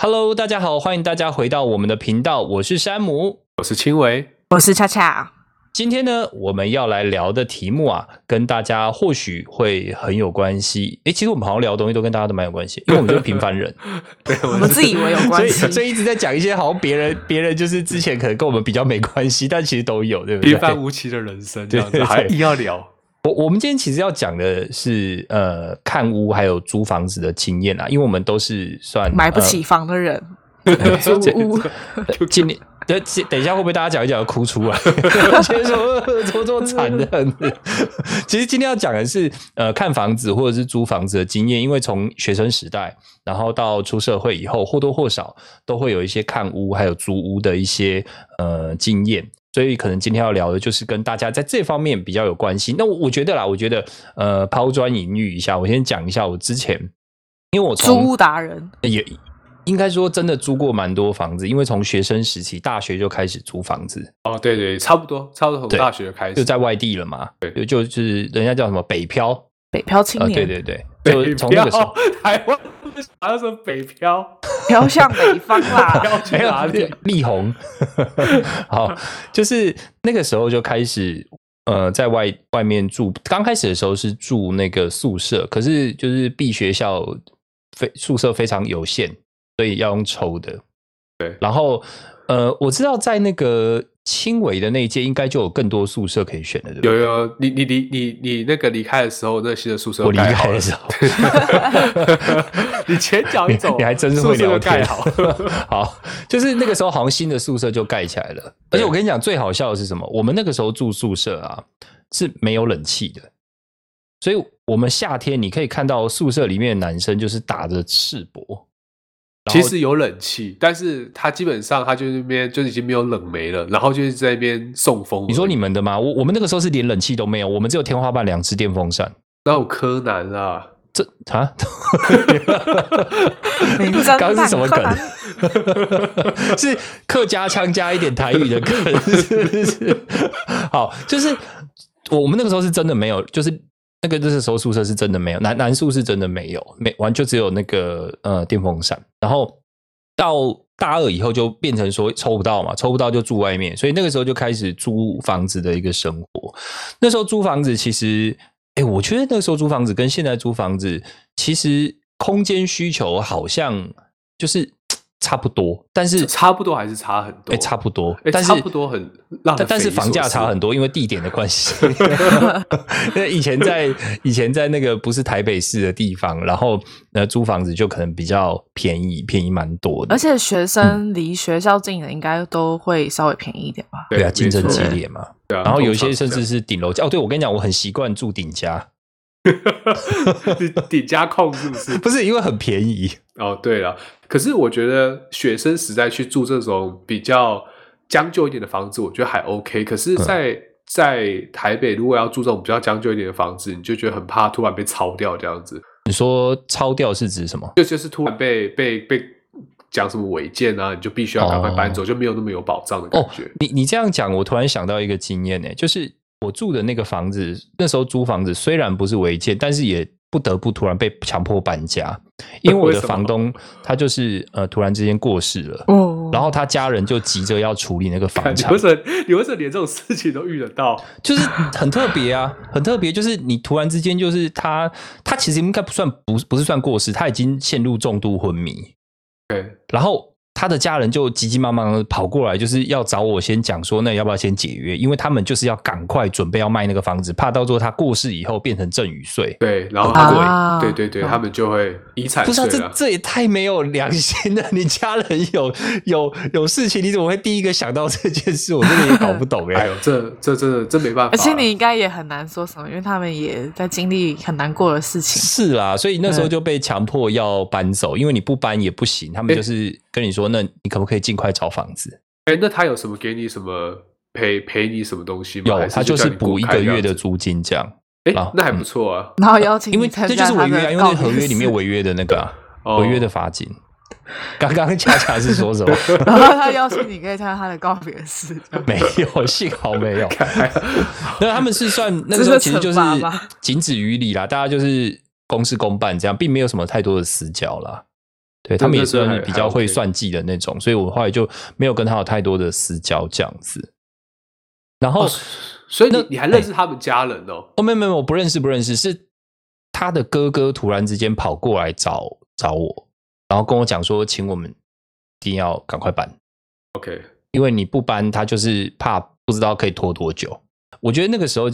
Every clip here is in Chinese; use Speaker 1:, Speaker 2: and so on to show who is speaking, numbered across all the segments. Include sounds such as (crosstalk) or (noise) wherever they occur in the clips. Speaker 1: Hello，大家好，欢迎大家回到我们的频道，我是山姆。
Speaker 2: 我是青维，
Speaker 3: 我是恰恰，
Speaker 1: 今天呢，我们要来聊的题目啊，跟大家或许会很有关系。诶，其实我们好像聊的东西都跟大家都蛮有关系，因为我们就是平凡人，
Speaker 2: 对，
Speaker 3: (laughs) 我
Speaker 2: 我
Speaker 3: 们
Speaker 2: 是
Speaker 3: 自以为有
Speaker 1: 所
Speaker 2: (laughs)
Speaker 3: 关
Speaker 1: 以 (laughs)
Speaker 3: 系，
Speaker 1: 所以一直在讲一些好像别人别人就是之前可能跟我们比较没关系，但其实都有，对不对？
Speaker 2: 平凡无奇的人生，这样
Speaker 1: 对对
Speaker 2: 子还硬要聊，
Speaker 1: 我我们今天其实要讲的是呃，看屋还有租房子的经验啊，因为我们都是算
Speaker 3: 买不
Speaker 1: 呃
Speaker 3: 起房的人，
Speaker 2: 这
Speaker 3: 租屋，
Speaker 1: 呃今年。等等一下，会不会大家讲一讲要哭出来？ (laughs) 先说 (laughs) 呃怎么这么惨的样子。 (laughs) 其实今天要讲的是，呃，看房子或者是租房子的经验，因为从学生时代，然后到出社会以后，或多或少都会有一些看屋还有租屋的一些呃经验。所以可能今天要聊的就是跟大家在这方面比较有关系。那我我觉得啦，我觉得呃抛砖引玉一下，我先讲一下我之前，因为我
Speaker 3: 租
Speaker 1: 从
Speaker 3: 屋达人，
Speaker 1: 也应该说真的租过蛮多房子，因为从学生时期，大学就开始租房子，
Speaker 2: (laughs) 哦，对对，差不多，差不多从
Speaker 1: 对
Speaker 2: 大学开
Speaker 1: 就
Speaker 2: 始，
Speaker 1: 在外地了嘛，对，就就是人家叫什么北漂
Speaker 3: 北漂青
Speaker 1: 啊、呃对
Speaker 3: 年，
Speaker 1: 对对，
Speaker 2: 北
Speaker 1: 就从那
Speaker 2: 漂
Speaker 1: 个时候。，
Speaker 2: (laughs) 台湾不是好像是北漂，
Speaker 3: 飘向北方
Speaker 1: (laughs)
Speaker 3: 啦，
Speaker 2: 要去哪
Speaker 1: 没有啊
Speaker 2: 里？
Speaker 1: 力
Speaker 2: (laughs)
Speaker 1: 宏，好，就是那个时候就开始呃，在外外面住。刚开始的时候是住那个宿舍，可是就是毕学校非宿舍非常有限，所以要用抽的。
Speaker 2: 对
Speaker 1: 然后呃，我知道在那个青伟的那一届，应该就有更多宿舍可以选了，对不对
Speaker 2: 有？有，你你离你你那个离开的时候，那新的宿舍
Speaker 1: 我离
Speaker 2: 盖好
Speaker 1: 开
Speaker 2: 了
Speaker 1: 的时候，
Speaker 2: (laughs) 你前脚一走，
Speaker 1: 你 (laughs) 还真是会
Speaker 2: 宿舍
Speaker 1: 聊
Speaker 2: 就盖
Speaker 1: 天。
Speaker 2: 好，
Speaker 1: (laughs) 好，就是那个时候好像新的宿舍就盖起来了，而且我跟你讲最好笑的是什么？我们那个时候住宿舍啊是没有冷气的，所以我们夏天你可以看到宿舍里面的男生就是打着赤膊，
Speaker 2: 其实有冷气，但是它基本上它就是那边就已经没有冷媒了，然后就是在那边送风而已。
Speaker 1: 你说你们的吗？我我们那个时候是连冷气都没有，我们只有天花板两只电风扇。
Speaker 2: 哪有柯南啊？
Speaker 1: 这 (laughs) 啊，
Speaker 3: 名
Speaker 1: 刚
Speaker 3: 侦
Speaker 1: 刚是
Speaker 3: 探
Speaker 1: 什么
Speaker 3: 柯
Speaker 1: 梗 (laughs)
Speaker 3: 南，？
Speaker 1: 是客家腔加一点台语的 (laughs) 梗，是不是？ (laughs) 好，就是我我们那个时候是真的没有，就是那个那个时候宿舍是真的没有，男男宿是真的没有，没完就只有那个呃电风扇，然后到大二以后就变成说抽不到嘛，抽不到就住外面，所以那个时候就开始租房子的一个生活。那时候租房子其实，哎、我觉得那时候租房子跟现在租房子其实空间需求好像就是嘖差不多，但是
Speaker 2: 差不多还是差很多
Speaker 1: 哎、差不多，
Speaker 2: 哎
Speaker 1: 但是
Speaker 2: 差不多很让
Speaker 1: 但
Speaker 2: 人
Speaker 1: 但是
Speaker 2: 匪夷所
Speaker 1: 房价
Speaker 2: 思
Speaker 1: 差很多，因为地点的关
Speaker 2: (laughs)
Speaker 1: 系。因为以前在以前在那个不是台北市的地方，然后呃租房子就可能比较便宜，便宜蛮多的
Speaker 3: 而。且学生离学校近的应该都会稍微便宜一点吧？
Speaker 1: 对啊，竞争
Speaker 2: 没错
Speaker 1: 激烈嘛。
Speaker 2: 对啊
Speaker 1: 然后有一
Speaker 2: 通
Speaker 1: 些
Speaker 2: 常
Speaker 1: 甚
Speaker 2: (laughs)
Speaker 1: 至
Speaker 2: 是
Speaker 1: 是顶楼家。哦，对我跟你讲，我很习惯住顶家，
Speaker 2: 这样顶加控是不
Speaker 1: (laughs)
Speaker 2: 是？
Speaker 1: 不是因为很便宜。
Speaker 2: 哦，对了，可是我觉得学生时代去住这种比较将就一点的房子，我觉得还
Speaker 1: 嗯
Speaker 2: OK。可是在，在、台北，如果要住这种比较将就一点的房子，你就觉得很怕突然被抄掉这样子，
Speaker 1: 你说超掉是指什么？
Speaker 2: 就就是突然被被被讲什么违建啊，你就必须要赶快搬
Speaker 1: 哦
Speaker 2: 走，就没有那么有保障的感觉。
Speaker 1: 你你这样讲，我突然想到一个经验呢、欸就是我住的那个房子，那时候租房子虽然不是违建，但是也不得不突然被强迫搬家，因为我
Speaker 2: (laughs) 为
Speaker 1: 的
Speaker 2: 什么
Speaker 1: 房东他就是呃突然之间过世了，
Speaker 3: 哦
Speaker 1: 然后他家人就急着要处理那个房
Speaker 2: 看 (laughs) 你
Speaker 1: 产
Speaker 2: 为，什么你为什么连这种事情都遇得到？
Speaker 1: 就是很特别啊， (laughs) 很特别，就是你突然之间就是他他其实应该不算不不是算过世，他已经陷入重度昏迷，
Speaker 2: 对，
Speaker 1: 然后他的家人就急急忙忙的跑过来，就是要找我先讲说，那要不要先解约？因为他们就是要赶快准备要卖那个房子，怕到时候他过世以后变成赠与税。
Speaker 2: 对，然后他们、
Speaker 3: 啊
Speaker 2: 对对对，他们就会遗产
Speaker 1: (laughs) 不是、
Speaker 2: 税
Speaker 1: 啊，
Speaker 2: 啊。
Speaker 1: 这这也太没有良心了！你家人有有有事情，你怎么会第一个想到这件事？我真的也搞不 (laughs) 懂哎、
Speaker 2: 哎呦，这这真的真没办法啊。
Speaker 3: 而且你应该也很难说什么，因为他们也在经历很难过的事情。
Speaker 1: (laughs) 是啦，所以那时候就被强迫要搬走，因为你不搬也不行。他们就是跟你说，那你可不可以尽快找房子？
Speaker 2: 哎，那他有什么给你什么赔赔你什么东西吗？
Speaker 1: 有
Speaker 2: 还，
Speaker 1: 他
Speaker 2: 就是
Speaker 1: 补一个月的
Speaker 2: 租。
Speaker 1: 租金这样，
Speaker 2: 哎
Speaker 1: 啊，
Speaker 2: 那还不错啊。
Speaker 3: 然后邀请
Speaker 1: 因为
Speaker 3: 你参
Speaker 1: 这就
Speaker 3: 加
Speaker 1: 是
Speaker 3: 他
Speaker 1: 违约啊，
Speaker 3: 的
Speaker 1: 因为
Speaker 3: 告
Speaker 1: 那
Speaker 3: 别
Speaker 1: 合约里面
Speaker 3: (laughs) 式，
Speaker 1: 违约的那个啊。
Speaker 2: 哦
Speaker 1: 违约的罚金。刚刚恰恰是说什么？
Speaker 3: 然后他邀请你可以参加他的告别式，这样
Speaker 1: 没有，幸好没有。那他们是算那个
Speaker 3: 这
Speaker 1: 时候
Speaker 3: 是
Speaker 1: 其实就是
Speaker 3: 惩罚吧
Speaker 1: 仅止于理啦，大家就是公事公办这样，并没有什么太多的私交啦。对他们也
Speaker 2: 这这
Speaker 1: 算
Speaker 2: 还
Speaker 1: 是比较会
Speaker 2: 还 OK
Speaker 1: 算计的那种，所以我后来就没有跟他有太多的私交这样子。然
Speaker 2: 哦
Speaker 1: 后、
Speaker 2: 所以你
Speaker 1: 哦那哎
Speaker 2: 你还认识他们家人哦？
Speaker 1: 哦，没有没有，我不认识不认识，是他的哥哥突然之间跑过来找找我，然后跟我讲说，请我们一定要赶快搬。
Speaker 2: OK，
Speaker 1: 因为你不搬，他就是怕不知道可以拖多久。我觉得那个时候，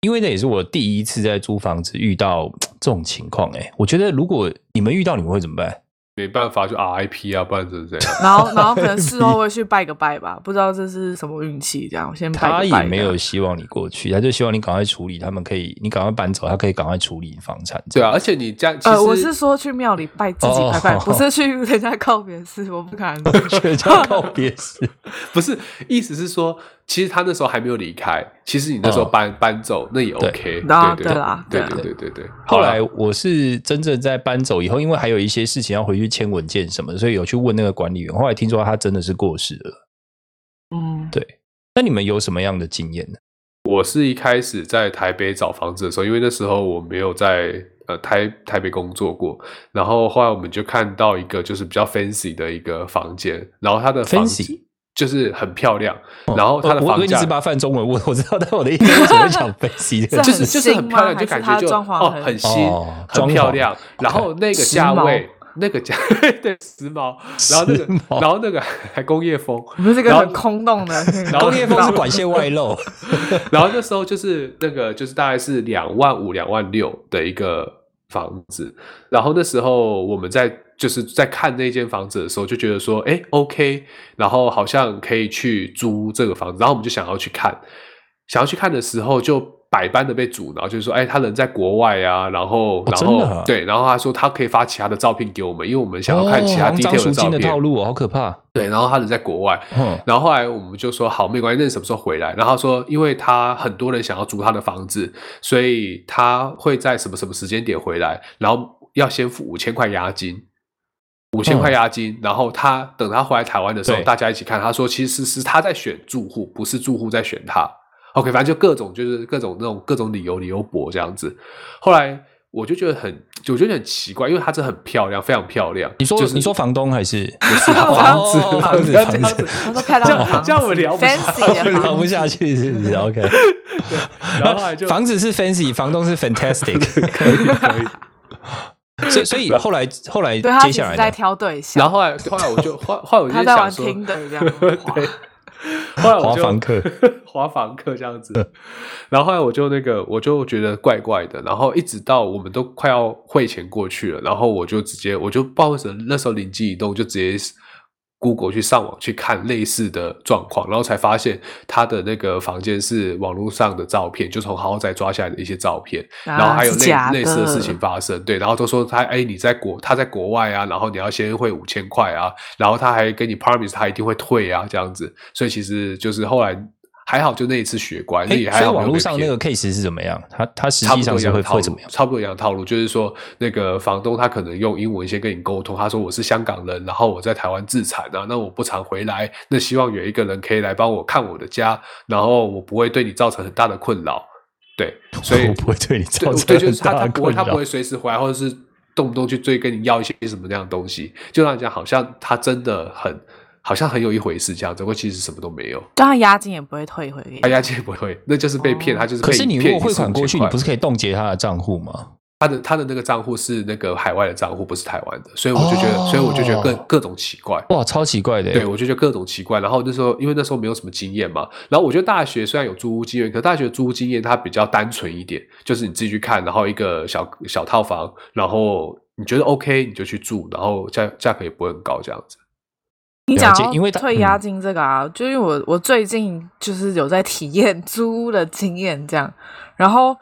Speaker 1: 因为那也是我第一次在租房子遇到这种情况、哎，我觉得如果你们遇到，你们会怎么办？
Speaker 2: 没办法，就 RIP 啊，不然就是这样。
Speaker 3: 然后，然后可能事后会去拜个拜吧，不知道这是什么运气，这样我先拜个
Speaker 1: 他
Speaker 3: 拜。
Speaker 1: 也没
Speaker 2: 啊
Speaker 1: 有希望你过去，他就希望你赶快处理，他们可以，你赶快搬走，他可以赶快处理房产。
Speaker 2: 对啊，而 (laughs) 且你家其
Speaker 3: 这
Speaker 2: 实、
Speaker 3: 样。呃，我是说去庙里拜自己拜拜，
Speaker 1: 哦
Speaker 3: 不是去人家告别式，我不敢。
Speaker 2: 哦
Speaker 1: 全家告别式，
Speaker 2: (laughs) 不是意思是说，其实他那时候还没有离开，其实你那时候
Speaker 1: 嗯
Speaker 2: 搬、搬走那也 OK
Speaker 3: 啊
Speaker 2: 对
Speaker 3: 对啦
Speaker 2: 对
Speaker 3: 对
Speaker 2: 对对对对。
Speaker 1: 后
Speaker 2: (laughs) 好
Speaker 1: 来
Speaker 2: 啦
Speaker 1: 我是真正在搬走以后，因为还有一些事情要回去签文件什么的，所以有去问那个管理员。后来听说他真的是过世了。
Speaker 3: 嗯，
Speaker 1: 那你们有什么样的经验呢？
Speaker 2: 我是一开始在台北找房子的时候，因为那时候我没有在呃台台北工作过，然后后来我们就看到一个就是比较 fancy 的一个房间，然后它的房
Speaker 1: Fancy？哦
Speaker 2: 子就是很漂亮，然后它的
Speaker 1: 我我
Speaker 2: 房
Speaker 1: 跟你
Speaker 2: 价
Speaker 1: 是把饭中文，我我知道，但我的意思是为什么讲 fancy 这个
Speaker 3: 这
Speaker 1: 就
Speaker 2: 就
Speaker 1: 是是
Speaker 2: 就是很漂亮，就
Speaker 3: 新吗
Speaker 2: 感
Speaker 3: 还
Speaker 2: 觉
Speaker 3: 是
Speaker 2: 就
Speaker 3: 它装潢
Speaker 2: 哦
Speaker 3: 很
Speaker 2: 很新、
Speaker 1: 哦
Speaker 2: 很漂亮。然后那个价位
Speaker 3: 时髦，
Speaker 2: 那个价 (laughs) 对时髦，然后那
Speaker 1: 时髦
Speaker 2: 个然后那个还工业风，
Speaker 3: 你们这个
Speaker 2: 然后
Speaker 3: 很空洞的，
Speaker 2: (laughs) 然后
Speaker 1: 工业风是管线外 (laughs) 露，
Speaker 2: (laughs) 然后那时候就是那个就是大概是两万五、两万六的一个房子。然后那时候我们在就是在看那间房子的时候，就觉得说，哎，OK，然后好像可以去租这个房子，然后我们就想要去看，想要去看的时候就百般的被阻挠，就是说，哎，他人在国外啊，然后然
Speaker 1: 真
Speaker 2: 后、
Speaker 1: 的啊
Speaker 2: 对，然后他说他可以发其他的照片给我们，因为我们想要
Speaker 1: 哦
Speaker 2: 看其他
Speaker 1: 好像张
Speaker 2: detail
Speaker 1: 淑
Speaker 2: 的照
Speaker 1: 金的
Speaker 2: 片，
Speaker 1: 套路哦，好可怕。
Speaker 2: 对，然后他人在国外，
Speaker 1: 哼，
Speaker 2: 然后后来我们就说好，没关系，那你什么时候回来？然后他说，因为他很多人想要租他的房子，所以他会在什么什么时间点回来，然后要先付五千块押金，五千块押金。然后他等他回来台湾的时候，
Speaker 1: 对
Speaker 2: 大家一起看，他说其实是他在选住户，不是住户在选他。OK，反正就各种就是各种那种各种理由理由驳这样子。后来我就觉得很，我就觉得很奇怪，因为她真的很漂亮，非常漂亮。
Speaker 1: 你说
Speaker 2: 就是
Speaker 1: 你说房东还是
Speaker 2: 房子
Speaker 1: 哦
Speaker 2: (laughs) 房子
Speaker 1: (laughs) 房子
Speaker 2: 房
Speaker 1: (laughs)
Speaker 2: 子
Speaker 3: 他说漂亮的房
Speaker 2: 这样
Speaker 3: 子
Speaker 2: 这样我聊不下去
Speaker 3: fancy 的
Speaker 1: 聊
Speaker 3: 房
Speaker 1: 不
Speaker 3: 子
Speaker 1: 下去是不是？OK，
Speaker 2: (laughs) 然后后来就
Speaker 1: 房子是 fancy，房东是 fantastic，
Speaker 2: 可以可以。
Speaker 1: 所以所
Speaker 2: 啊
Speaker 1: 以后来后来
Speaker 3: 对他
Speaker 1: 接
Speaker 3: 其
Speaker 1: 下
Speaker 3: 实
Speaker 1: 来
Speaker 3: 在
Speaker 1: 呢
Speaker 3: 挑对象，
Speaker 2: 然后后来后来我就后来后来我就
Speaker 3: 他
Speaker 2: 在
Speaker 3: 在玩
Speaker 2: 想说， (laughs)
Speaker 3: 听的这样。哇
Speaker 2: 后来我
Speaker 1: 华
Speaker 2: 就
Speaker 1: 房
Speaker 2: (laughs)
Speaker 1: 客
Speaker 2: 华房客这样子，然后后来我就那个我就觉得怪怪的，然后一直到我们都快要汇钱过去了，然后我就直接我就不知道为什么那时候灵机一动，就直接 Google 去上网去看类似的状况，然后才发现他的那个房间是网络上的照片，就从豪宅抓下来的一些照片，然后还有
Speaker 3: 啊是
Speaker 2: 类
Speaker 3: 假
Speaker 2: 类似的事情发生，对，然后都说他哎你在国他在国外啊，然后你要先汇五千块啊，然后他还跟你 promise 他一定会退啊这样子，所以其实就是后来还好就那一次学乖，那
Speaker 1: 哎，
Speaker 2: 也还
Speaker 1: 所以
Speaker 2: 好没有被骗。
Speaker 1: 网络上那个 case 是怎么样？他他实
Speaker 2: 差
Speaker 1: 际
Speaker 2: 不多
Speaker 1: 上
Speaker 2: 一
Speaker 1: 是
Speaker 2: 样
Speaker 1: 会
Speaker 2: 的套
Speaker 1: 会怎
Speaker 2: 路
Speaker 1: 么，样？
Speaker 2: 差不多一样的套路，就是说那个房东他可能用英文先跟你沟通，他说我是香港人，然后我在台湾自产啊，那我不常回来，那希望有一个人可以来帮我看我的家，然后我不会对你造成很大的困扰，对，所以
Speaker 1: 我不会对你造
Speaker 2: 对
Speaker 1: 成
Speaker 2: 对，就
Speaker 1: 很
Speaker 2: 是他
Speaker 1: 大
Speaker 2: 他
Speaker 1: 的
Speaker 2: 不会
Speaker 1: 困
Speaker 2: 他不
Speaker 1: 扰
Speaker 2: 会。随时回来，或者是动不动去追跟你要一些什么样的东西，就让人家好像他真的很好像很有一回事这样子，不过其实什么都没有。
Speaker 3: 当然押金也不会退回给你
Speaker 2: 哎，呀，这也不会，那就是被骗，
Speaker 3: 哦
Speaker 2: 他就是被
Speaker 1: 可是你如
Speaker 2: 骗
Speaker 1: 果汇款
Speaker 2: 15,000
Speaker 1: 过去，你
Speaker 2: 块
Speaker 1: 不是可以冻结他的账户吗？
Speaker 2: 他的他的那个账户是那个海外的账户，不是台湾的，所以我就觉得，
Speaker 1: 哦
Speaker 2: 所以我就觉得各各种奇怪。
Speaker 1: 哇，超奇怪的。
Speaker 2: 对，我就觉得各种奇怪。然后那时候，因为那时候没有什么经验嘛，然后我觉得大学虽然有租屋经验，可大学租屋经验它比较单纯一点，就是你自己去看，然后一个小小套房，然后你觉得 OK 你就去住，然后价价格也不会很高这样子。
Speaker 3: 你
Speaker 1: 了
Speaker 3: 讲
Speaker 1: 解
Speaker 3: 到
Speaker 1: 因为嗯它
Speaker 3: 退押金这个啊，就因为我我最近就是有在体验 (laughs) 租屋的经验这样，然后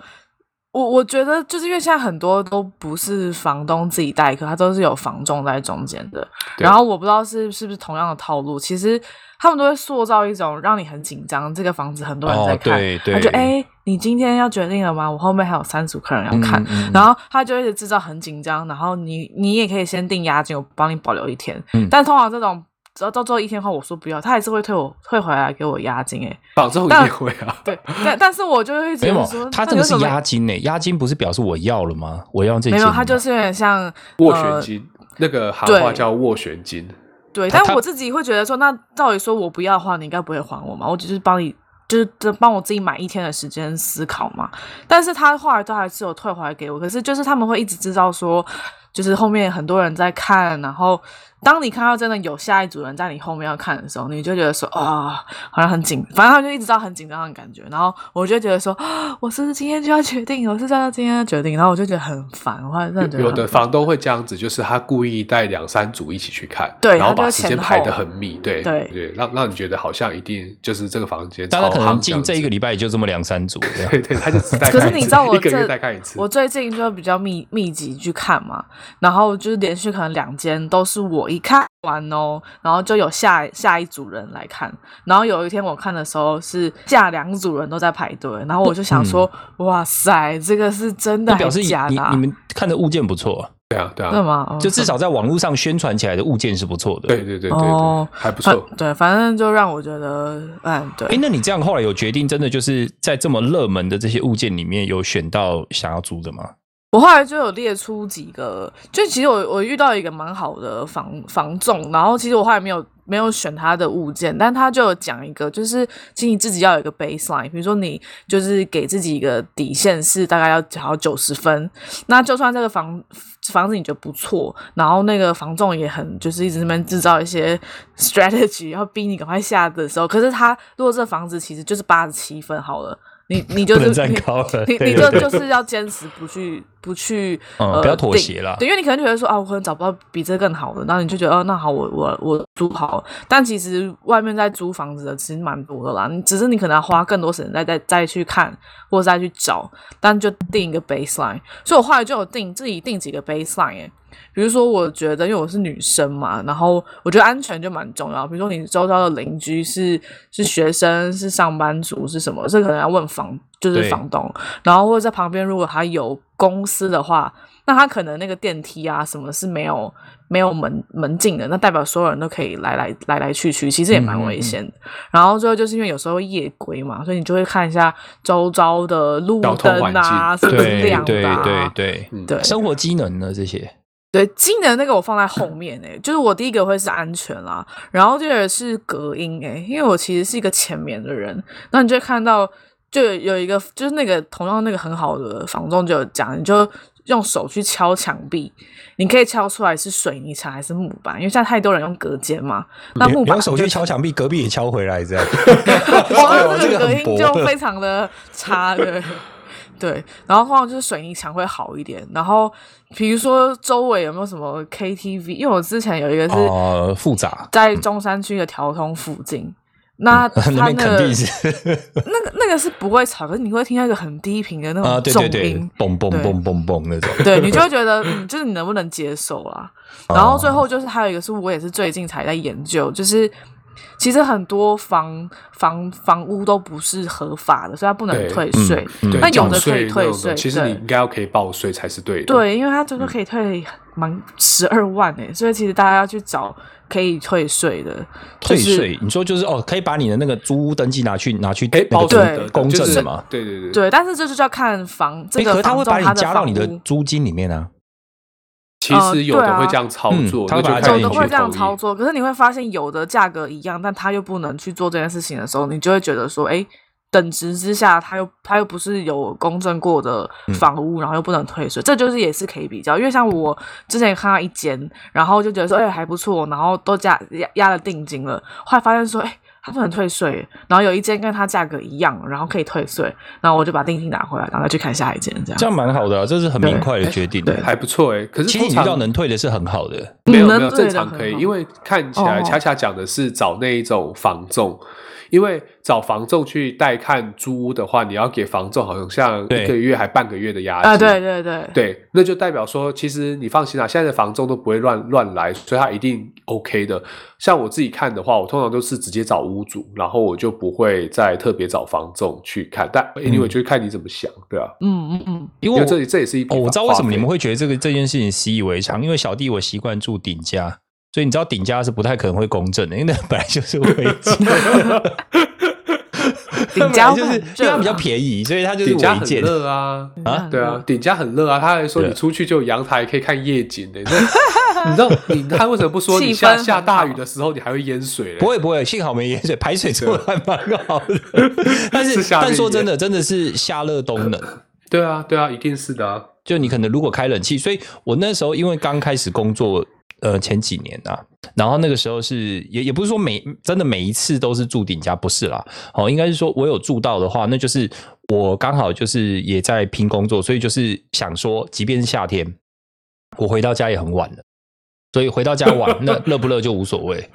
Speaker 3: 我我觉得就是因为现在很多都不是房东自己代客，他都是有房仲在中间的，
Speaker 2: 对
Speaker 3: 然后我不知道是是不是同样的套路，其实他们都会塑造一种让你很紧张，这个房子很多人在
Speaker 1: 哦，
Speaker 3: 看，
Speaker 1: 对对，
Speaker 3: 他就哎、你今天要决定了吗？我后面还有三组客人要
Speaker 1: 嗯
Speaker 3: 看。
Speaker 1: 嗯嗯
Speaker 3: 然后他就一直制造很紧张，然后你你也可以先定押金，我帮你保留一天。
Speaker 1: 嗯
Speaker 3: 但通常这种只要到最后一天后，我说不要，他还是会退我退回来给我押金、欸。哎，
Speaker 2: 房这种也会啊， (laughs)
Speaker 3: 对，但但是我就会
Speaker 1: 没
Speaker 3: 觉得说
Speaker 1: 有，，他
Speaker 3: 那
Speaker 1: 这
Speaker 3: 你
Speaker 1: 个
Speaker 3: 为
Speaker 1: 是欸
Speaker 3: 什么
Speaker 1: 押金呢、押金不是表示我要了吗？我要这
Speaker 3: 没
Speaker 1: 件
Speaker 3: 有，
Speaker 1: 吗
Speaker 3: 他就是有点像
Speaker 2: 斡旋金，那个行话
Speaker 3: 对
Speaker 2: 叫斡旋金，
Speaker 3: 对，
Speaker 1: 他
Speaker 3: 但
Speaker 1: 他
Speaker 3: 我自己会觉得说，那照理说我不要的话，你应该不会还我嘛，我只是帮你，就是这帮我自己买一天的时间思考嘛。但是他后来都还是有退回来给我，可是就是他们会一直知道说，就是后面很多人在看，然后当你看到真的有下一组人在你后面要看的时候，你就觉得说啊、好像很紧，反正他们就一直知道很紧张的感觉，然后我就觉得说，啊我是不是今天就要决定，我是真的今天要决定，然后我就觉得很烦，我后来真的觉得
Speaker 2: 有
Speaker 3: 很
Speaker 2: 的
Speaker 3: 烦
Speaker 2: 房东会这样子，就是他故意带两三组一起去看，
Speaker 3: 对
Speaker 2: 然后
Speaker 3: 他就
Speaker 2: 把
Speaker 3: 要
Speaker 2: 时间
Speaker 3: 前后
Speaker 2: 排得很密，对
Speaker 3: 对
Speaker 2: 对，让让你觉得好像一定就是这个房间超
Speaker 1: 但
Speaker 2: 夯
Speaker 1: 他
Speaker 2: 这样子，
Speaker 1: 可能进这一个礼拜也就这么两三组
Speaker 3: (laughs)
Speaker 1: 这样。
Speaker 2: 对对，他就只带看一次，
Speaker 3: 可是你知道我
Speaker 2: 一个月
Speaker 3: 这
Speaker 2: 再看一次，
Speaker 3: 我最近就比较密密集去看嘛，然后就是连续可能两间都是我一看完哦，然后就有下下一组人来看，然后有一天我看的时候是下两组人都在排队，然后我就想说，哇塞，这个是真的
Speaker 1: 那
Speaker 3: 还
Speaker 1: 嗯表示
Speaker 3: 是
Speaker 1: 你
Speaker 3: 假
Speaker 1: 你
Speaker 3: 的、啊
Speaker 1: 你？们看的物件不错啊，
Speaker 2: 对啊对
Speaker 3: 对
Speaker 2: 啊，
Speaker 3: 吗？哦
Speaker 1: 就至少在网络上宣传起来的物件是不错的。
Speaker 2: 对，对对对对
Speaker 3: 哦，
Speaker 2: 还不
Speaker 3: 反
Speaker 2: 错。
Speaker 3: 对，反正就让我觉得，嗯，对，
Speaker 1: 哎，那你这样后来有决定真的就是在这么热门的这些物件里面有选到想要租的吗？
Speaker 3: 我后来就有列出几个，就其实我我遇到一个蛮好的房房仲，然后其实我后来没有没有选他的物件，但他就有讲一个，就是其实你自己要有一个 baseline，比如说你就是给自己一个底线是大概要考九十分，那就算这个房房子你觉得不错，然后那个房仲也很就是一直在那边制造一些 strategy，要逼你赶快下的时候，可是他如果这房子其实就是八十七分好了，你你就
Speaker 1: 不
Speaker 3: 是
Speaker 1: 能再
Speaker 3: 你
Speaker 1: 高了，
Speaker 3: 你
Speaker 1: 对
Speaker 3: 你就就是要坚持不去不去、
Speaker 1: 嗯
Speaker 3: 呃
Speaker 1: 不要妥
Speaker 3: 定
Speaker 1: 协啦
Speaker 3: 对，因为你可能觉得说啊，我可能找不到比这更好的，然后你就觉得哦，那好，我我我租好了。但其实外面在租房子的其实蛮多的啦，你只是你可能要花更多时间再再再去看或者再去找，但就定一个 baseline。所以我后来就有定自己定几个 baseline 哎、比如说，我觉得因为我是女生嘛，然后我觉得安全就蛮重要。比如说，你周遭的邻居是是学生、是上班族、是什么，这可能要问房就是
Speaker 1: 对
Speaker 3: 房东，然后或者在旁边如果他有公司的话，那他可能那个电梯啊什么是没有没有门门禁的，那代表所有人都可以来来来来去去，其实也蛮危险的。然后最后就是因为有时候夜归嘛，所以你就会看一下周遭的路
Speaker 2: 交通
Speaker 3: 灯
Speaker 2: 环
Speaker 3: 啊是
Speaker 2: 境
Speaker 3: 不是
Speaker 1: 对
Speaker 3: 亮的、啊，
Speaker 1: 对对
Speaker 2: 嗯
Speaker 3: 对
Speaker 1: 对，生活机能呢这 (laughs) 些，
Speaker 3: 对，技能那个我放在后面诶、就是我第一个会是安全啦，然后第二个是隔音诶、因为我其实是一个前面的人，那你就会看到就有有一个就是那个同样那个很好的房仲就有讲，你就用手去敲墙壁，你可以敲出来是水泥墙还是木板，因为现在太多人用隔间嘛，那
Speaker 1: 你
Speaker 3: 木
Speaker 1: 你
Speaker 3: 板
Speaker 1: 用手
Speaker 3: 就
Speaker 1: 去敲墙壁，隔壁也敲回来这样。(laughs)
Speaker 3: (laughs)
Speaker 1: 哦
Speaker 3: 哇，
Speaker 1: 啊这
Speaker 3: 这
Speaker 1: 个
Speaker 3: 个隔
Speaker 1: 很
Speaker 3: 音
Speaker 1: 薄
Speaker 3: 就非常的差，对 (laughs) 对。然后通常就是水泥墙会好一点，然后比如说周围有没有什么 KTV？因为我之前有一个是
Speaker 1: 哦，复杂，嗯
Speaker 3: 在中山区的条通附近，
Speaker 1: (laughs)
Speaker 3: 那他
Speaker 1: (laughs) 那
Speaker 3: 那
Speaker 1: 边肯
Speaker 3: 个
Speaker 1: 定是
Speaker 3: 那个那个是不会吵，可是你会听到一个很低频的那
Speaker 1: 啊，
Speaker 3: 种
Speaker 1: 对
Speaker 3: 重
Speaker 1: 对对
Speaker 3: 音，，
Speaker 1: 嘣嘣
Speaker 3: 对
Speaker 1: 嘣嘣嘣那种。
Speaker 3: 对你就会觉得，嗯，就是你能不能接受啊啦？
Speaker 1: 哦
Speaker 3: 然
Speaker 1: 啊
Speaker 3: 后最后就是还有一个是我也是最近才在研究，就是其实很多房房房屋都不是合法的，所以它不能
Speaker 2: 对
Speaker 3: 退
Speaker 1: 嗯
Speaker 3: 税。
Speaker 1: 嗯
Speaker 2: 对
Speaker 3: 那有
Speaker 2: 缴
Speaker 3: 的可以
Speaker 2: 税那
Speaker 3: 退
Speaker 2: 种的
Speaker 3: 税，
Speaker 2: 其实你
Speaker 3: 对
Speaker 2: 应该要可以报税才是对的。
Speaker 3: 对，因为它最多可以退满十二万诶、所以其实大家要去找可以退税的，就
Speaker 1: 退
Speaker 3: 是
Speaker 1: 税，你说就是哦，可以把你的那个租屋登记拿去拿去
Speaker 2: 哎，
Speaker 1: 那
Speaker 2: 包
Speaker 1: 个
Speaker 2: 租
Speaker 3: 对
Speaker 2: 的
Speaker 1: 公
Speaker 2: 就
Speaker 1: 证
Speaker 2: 是
Speaker 1: 的嘛。
Speaker 2: 对对对，
Speaker 3: 对，但是这就是要看房这
Speaker 1: 哎，可
Speaker 3: 个
Speaker 1: 是他
Speaker 3: 房
Speaker 1: 会
Speaker 3: 仲
Speaker 1: 把你
Speaker 3: 它的
Speaker 1: 加到
Speaker 3: 房
Speaker 1: 你的
Speaker 3: 屋
Speaker 1: 租金里面啊。
Speaker 2: 其实有的会这样操作，
Speaker 1: 呃对啊
Speaker 2: 那
Speaker 1: 嗯他会把它加
Speaker 2: 就
Speaker 1: 进
Speaker 2: 看
Speaker 1: 去
Speaker 2: 你
Speaker 3: 呃有的
Speaker 2: 去
Speaker 3: 会这样
Speaker 2: 同意
Speaker 3: 操作，可是你会发现有的价格一样，但他又不能去做这件事情的时候，你就会觉得说，哎，等值之下，他又他又不是有公证过的
Speaker 2: 嗯
Speaker 3: 房屋，然后又不能退税，这就是也是可以比较。因为像我之前也看到一间，然后就觉得说，哎，还不错，然后都加压压了定金了，后来发现说，哎。他不能退税，然后有一间跟它价格一样，然后可以退税，然后我就把定金拿回来，然后再去看下一间，这样。
Speaker 1: 这样蛮好的啊，这是很明
Speaker 3: 对
Speaker 1: 快的决定。
Speaker 3: 对
Speaker 2: 还不错哎。可是
Speaker 1: 其实
Speaker 2: 通
Speaker 1: 你遇
Speaker 2: 常
Speaker 1: 到能退的是很好的，
Speaker 2: 没有
Speaker 3: 嗯
Speaker 2: 没有
Speaker 3: 能对
Speaker 2: 正
Speaker 3: 的
Speaker 2: 常
Speaker 3: 很
Speaker 2: 可以，
Speaker 3: 好
Speaker 2: 因为看起来
Speaker 3: 哦
Speaker 2: 恰恰讲的是找那一种房仲，因为找房仲去带看租屋的话，你要给房仲好像像
Speaker 1: 对
Speaker 2: 一个月还半个月的押金。
Speaker 3: 啊，对对对，
Speaker 2: 对，那就代表说，其实你放心啦、现在的房仲都不会乱乱来，所以他一定 OK 的。像我自己看的话，我通常都是直接找屋主，然后我就不会再特别找房仲去看。但 anyway，、
Speaker 1: 嗯
Speaker 2: 就是看你怎么想，对啊。
Speaker 3: 嗯嗯嗯，
Speaker 1: 因
Speaker 2: 因
Speaker 1: 为
Speaker 2: 为
Speaker 1: 我
Speaker 2: 这里这也是一笔
Speaker 1: 哦，我知道
Speaker 2: 花
Speaker 1: 为什么
Speaker 2: 费
Speaker 1: 你们会觉得这个这件事情习以为常，因为小弟我习惯住顶家，所以你知道顶家是不太可能会公正的，因为那本来就是违纪。
Speaker 3: (laughs) 顶家
Speaker 1: 那本来
Speaker 3: 会
Speaker 1: 就是因为
Speaker 3: 很啊
Speaker 1: 它比较便宜，所以它就是
Speaker 2: 顶家
Speaker 1: 违
Speaker 2: 很
Speaker 1: 建。
Speaker 2: 热啊，
Speaker 1: (laughs) 啊
Speaker 2: 对啊，顶家很热啊，他还说
Speaker 1: 对 (laughs)
Speaker 2: 你出去就有阳台可以看夜景的、那你知道你他为什么不说你
Speaker 3: 气
Speaker 2: 下
Speaker 3: 氛
Speaker 2: 下
Speaker 3: 很
Speaker 2: 大
Speaker 3: 好
Speaker 2: 雨的时候你还会淹水嘞？
Speaker 1: 不会不会，幸好没淹水，排水做的还蛮
Speaker 2: (laughs)
Speaker 1: 好的。但是
Speaker 2: 是夏
Speaker 1: 但
Speaker 2: 令
Speaker 1: 说
Speaker 2: 营
Speaker 1: 真的，真的是夏热冬冷。
Speaker 2: 对啊，对啊，一定是的啊。
Speaker 1: 就你可能如果开冷气，所以我那时候因为刚开始工作，呃，前几年啊，然后那个时候是也也不是说每真的每一次都是住顶家，不是啦，哦，应该是说我有住到的话，那就是我刚好就是也在拼工作，所以就是想说，即便是夏天，我回到家也很晚了。所以回到家晚，那热不热就无所谓，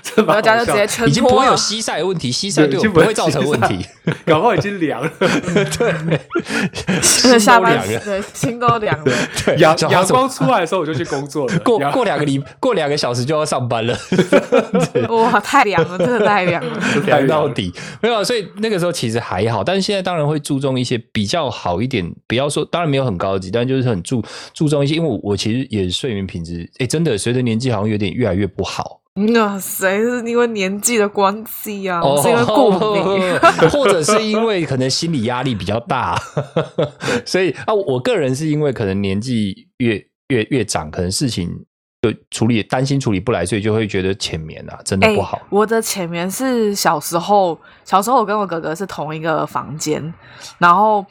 Speaker 2: 这
Speaker 3: (laughs) 然
Speaker 2: 蛮
Speaker 3: 后
Speaker 2: 好
Speaker 3: 家就直
Speaker 2: 笑
Speaker 3: 接
Speaker 2: 的
Speaker 1: 已
Speaker 3: 撑
Speaker 1: 经不
Speaker 3: 脱
Speaker 1: 会有
Speaker 3: 了。
Speaker 1: 西晒的问题，西晒
Speaker 2: 对
Speaker 1: 对
Speaker 2: 已
Speaker 1: 我
Speaker 2: 经
Speaker 1: 不
Speaker 2: 不
Speaker 1: 会
Speaker 2: 会
Speaker 1: 造成
Speaker 2: 西
Speaker 1: 问
Speaker 2: 晒
Speaker 1: 题。
Speaker 2: (laughs) 搞不好已经凉了。
Speaker 1: 对， (laughs)
Speaker 3: 真的下
Speaker 1: 心
Speaker 3: 班
Speaker 1: 都
Speaker 3: (laughs)
Speaker 1: 凉了
Speaker 3: 对心都凉了，
Speaker 1: (laughs) 对
Speaker 2: 阳
Speaker 1: 小花
Speaker 2: 阳
Speaker 1: 怎么
Speaker 2: 光出来的时候我就去工作了。
Speaker 1: 过
Speaker 2: 阳
Speaker 1: 过两个礼过两个小时就要上班了，
Speaker 3: 哇，太凉了，真的太凉了。
Speaker 1: (laughs) 凉到底没有，所以那个时候其实还好，但是现在当然会注重一些比较好一点，不要说当然没有很高级，但就是很注注重一些，因为我我其实也睡眠品质，哎，真的随着年纪好像有点越来越不好，
Speaker 3: 那谁是因为年纪的关系啊？
Speaker 1: 哦
Speaker 3: 是因为过敏。
Speaker 1: (laughs) 或者是因为可能心理压力比较大， (laughs) 所以啊，我个人是因为可能年纪越越越长，可能事情就处理担心处理不来，所以就会觉得浅眠啊，真的
Speaker 3: 哎
Speaker 1: 不好。
Speaker 3: 我的前面是小时候，小时候我跟我哥哥是同一个房间，然后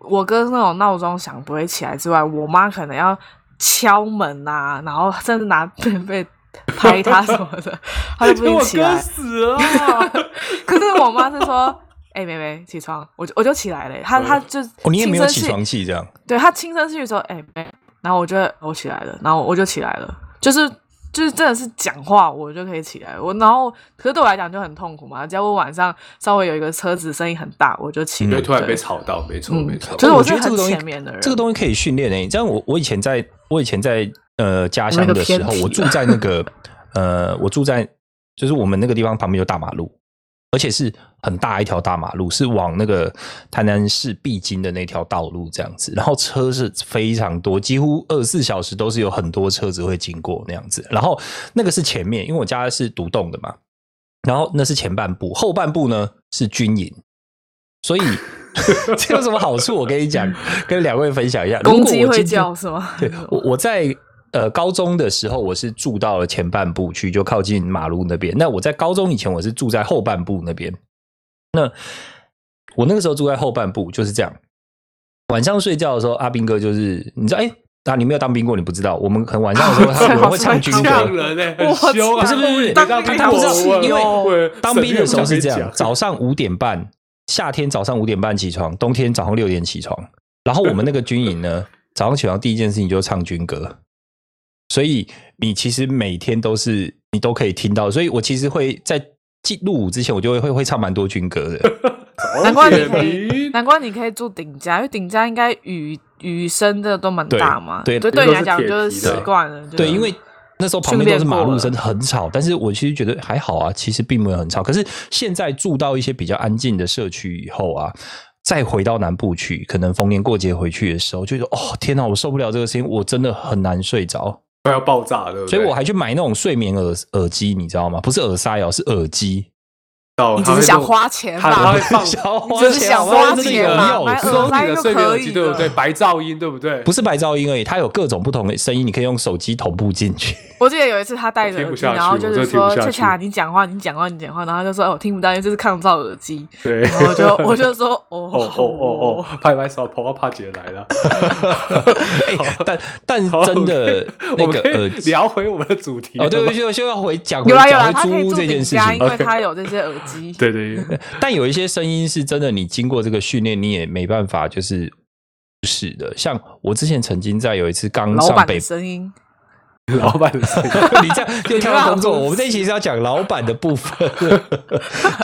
Speaker 3: 我哥那种闹钟响不会起来之外，我妈可能要敲门啊，然后甚至拿被被拍他什么的，他就不一
Speaker 2: 我
Speaker 3: 定起
Speaker 2: 哥
Speaker 3: 来。
Speaker 2: 死了，
Speaker 3: 哦 (laughs) 可是我妈是说。 (laughs) 哎、妹妹起床，我就我就起来了、她她就
Speaker 1: 哦，你也没有起
Speaker 3: 轻声细
Speaker 1: 床气这样。
Speaker 3: 对他轻声细语说：“哎、没。”然后我就我起来了，然后我就起来了，就是就是真的是讲话我就可以起来。我然后可是对我来讲就很痛苦嘛，只要我晚上稍微有一个车子声音很大，我就
Speaker 1: 嗯
Speaker 3: 起
Speaker 2: 因
Speaker 3: 来
Speaker 2: 为
Speaker 3: 了。
Speaker 2: 突然
Speaker 3: 对
Speaker 2: 被吵到，没错
Speaker 3: 嗯
Speaker 2: 没错，。
Speaker 3: 就是我
Speaker 1: 哦觉
Speaker 3: 是
Speaker 1: 得这
Speaker 3: 很
Speaker 1: 个东西
Speaker 3: 前面的人，
Speaker 1: 这个东西可以训练诶、欸你知道我我以前在我以前在呃家乡的时候，
Speaker 3: 那个偏僻
Speaker 1: 我住在那
Speaker 3: (laughs)
Speaker 1: 个呃我住在就是我们那个地方旁边有大马路，而且是很大一条大马路，是往那个台南市必经的那条道路这样子。然后车是非常多，几乎二十四小时都是有很多车子会经过那样子。然后那个是前面，因为我家是独栋的嘛，然后那是前半部，后半部呢是军营，
Speaker 3: (laughs)
Speaker 1: 所以这有什么好处？我跟你讲，跟两位分享一下。如
Speaker 3: 公
Speaker 1: 果
Speaker 3: 鸡
Speaker 1: 我
Speaker 3: 会
Speaker 1: 今天
Speaker 3: 叫是吗？
Speaker 1: 对我我在呃高中的时候，我是住到了前半部区，就靠近马路那边。那我在高中以前，我是住在后半部那边。那我那个时候住在后半部，就是这样。晚上睡觉的时候，阿兵哥就是你知道，哎、那你没有当兵过，你不知道。我们可能晚上的时
Speaker 3: (laughs)
Speaker 1: 候，他我们会唱军歌，
Speaker 2: 呛人呢，
Speaker 3: 我
Speaker 2: 很凶啊！
Speaker 1: 不是不是不是，
Speaker 2: 你
Speaker 3: 当
Speaker 2: 当
Speaker 3: 兵
Speaker 2: 兵
Speaker 1: 他
Speaker 3: 过
Speaker 1: 不
Speaker 2: 过
Speaker 1: 知道，
Speaker 3: 我
Speaker 1: 因
Speaker 3: 我
Speaker 1: 为
Speaker 2: 我
Speaker 1: 当
Speaker 2: 省
Speaker 1: 兵
Speaker 2: 略
Speaker 1: 的
Speaker 2: 不
Speaker 1: 时候
Speaker 2: 想
Speaker 1: 是
Speaker 2: 跟
Speaker 1: 这
Speaker 2: 你
Speaker 1: 样，
Speaker 2: 讲
Speaker 1: 早上五点半，夏天早上五点半起床，冬天早上六点起床。然后我们那个军营呢，早上起床第一件事情就是唱军歌，所以你其实每天都是你都可以听到。所以我其实会在进入伍之前，我就会会会唱蛮多军歌的。
Speaker 3: 难怪你
Speaker 2: 早
Speaker 3: 可
Speaker 2: 点
Speaker 3: 以
Speaker 2: 名，
Speaker 3: 难怪你可以住顶家，因为顶家应该雨雨声真的都蛮
Speaker 1: 对
Speaker 3: 大嘛，
Speaker 1: 对
Speaker 3: 就
Speaker 1: 那
Speaker 3: 对
Speaker 2: 都
Speaker 3: 你来
Speaker 2: 是
Speaker 3: 讲
Speaker 2: 铁
Speaker 3: 就是
Speaker 2: 皮
Speaker 3: 习
Speaker 2: 的
Speaker 3: 惯了，就
Speaker 1: 对，
Speaker 3: 是
Speaker 1: 因为那时候旁边都是马路声，很吵。但是我其实觉得还好啊，其实并没有很吵。可是现在住到一些比较安静的社区以后啊，再回到南部去，可能逢年过节回去的时候，就觉得哦，天哪，我受不了这个声音，我真的很难睡着。
Speaker 2: 快要爆炸了，
Speaker 1: 所以我还去买那种睡眠耳耳机，你知道吗？不是耳塞哦，是耳机。
Speaker 2: 到
Speaker 3: 你只是想花钱
Speaker 2: 他他
Speaker 3: 吧
Speaker 2: 会？
Speaker 1: (laughs)
Speaker 2: 放。
Speaker 3: (laughs)
Speaker 1: 小
Speaker 3: 你只是想花
Speaker 1: 这个
Speaker 3: 钱
Speaker 1: 有
Speaker 3: 嘛
Speaker 1: 用
Speaker 3: 买耳
Speaker 2: 收
Speaker 3: 塞
Speaker 2: 你的
Speaker 3: 就
Speaker 2: 睡眠
Speaker 3: 可
Speaker 2: 耳
Speaker 3: 以
Speaker 2: 机对不对？
Speaker 3: 了
Speaker 2: 白噪音对不对？
Speaker 1: 不是白噪音而已，它有各种不同的声音，你可以用手机同步进
Speaker 3: (laughs)
Speaker 1: 去。
Speaker 3: 我记得有一次他戴
Speaker 2: 我
Speaker 3: 着
Speaker 2: 听
Speaker 3: 耳
Speaker 2: 不
Speaker 3: 机，
Speaker 2: 下去
Speaker 3: 然后就
Speaker 2: 我
Speaker 3: 是
Speaker 2: 真的听不
Speaker 3: 说：“
Speaker 2: 下
Speaker 3: 恰
Speaker 2: 去
Speaker 3: 恰你讲话，你讲话，你讲话。”然后他就说：“哦，我听不到，因为这是抗噪耳机。”
Speaker 2: 对，
Speaker 3: 然后我就我
Speaker 2: (laughs)
Speaker 3: 就说：“哦
Speaker 2: 哦哦哦哦，拍拍手，跑到帕姐来了。
Speaker 1: 哎但但
Speaker 2: 好
Speaker 1: 真的那
Speaker 2: 我
Speaker 1: 个
Speaker 2: 们可
Speaker 1: 耳
Speaker 2: 以
Speaker 1: 机
Speaker 2: 聊回我们的主题
Speaker 1: 哦，对，
Speaker 2: 了
Speaker 1: 我
Speaker 2: 吗
Speaker 1: 就就要回讲回
Speaker 3: 有啦有啦，
Speaker 1: 讲
Speaker 3: 他
Speaker 1: 回
Speaker 3: 可以
Speaker 1: 租屋
Speaker 3: 住
Speaker 1: 这
Speaker 3: 顶
Speaker 1: 件事
Speaker 3: 家，
Speaker 1: 情呃
Speaker 3: 因。为他有这些耳机。
Speaker 2: 对对对，
Speaker 1: 但有一些声音是真的，你经过这个训练，你也没办法就是忽视的。像我之前曾经在有一次刚
Speaker 3: 老
Speaker 1: 上
Speaker 3: 板
Speaker 1: 北
Speaker 3: 的，声音，
Speaker 2: 老板的声音
Speaker 1: (laughs) 你这样就跳到工作，我们这一期是要讲老板的部 (laughs) 分，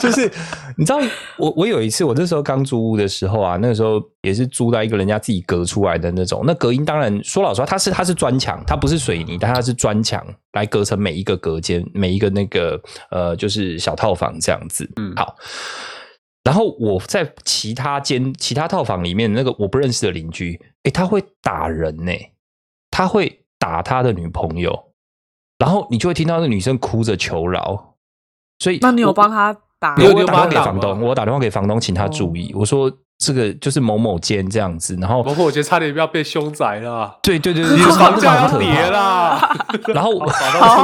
Speaker 1: 就是你知道，我我有一次，我那时候刚租屋的时候啊，那个时候也是租到一个人家自己隔出来的那种，那隔音当然说老实话，它是它是砖墙，它不是水泥，但它是砖墙来隔成每一个隔间，每一个那个呃就是小套房这样子，
Speaker 2: 嗯
Speaker 1: 好。然后我在其他间、其他套房里面，那个我不认识的邻居，诶，他会打人呢、他会打他的女朋友，然后你就会听到那女生哭着求饶。所以，
Speaker 3: 那你有
Speaker 1: 我
Speaker 3: 帮他打？
Speaker 2: 你有
Speaker 1: 我
Speaker 2: 你有
Speaker 1: 打电话
Speaker 2: 帮
Speaker 1: 给
Speaker 2: 他打
Speaker 1: 房
Speaker 2: 吗哦
Speaker 1: 东，我打电话给房东，请他注意。我说这个就是某某间这样子，然后
Speaker 2: 包括我觉得差点要被凶宅了，啊
Speaker 1: 对对对，
Speaker 2: (laughs) 你
Speaker 1: 就
Speaker 2: 的
Speaker 1: 是
Speaker 2: 房价
Speaker 1: 蛮
Speaker 2: 要
Speaker 1: 可
Speaker 2: 跌
Speaker 1: 怕的
Speaker 2: 啦，
Speaker 1: 然后
Speaker 2: (laughs)
Speaker 1: 我
Speaker 3: 好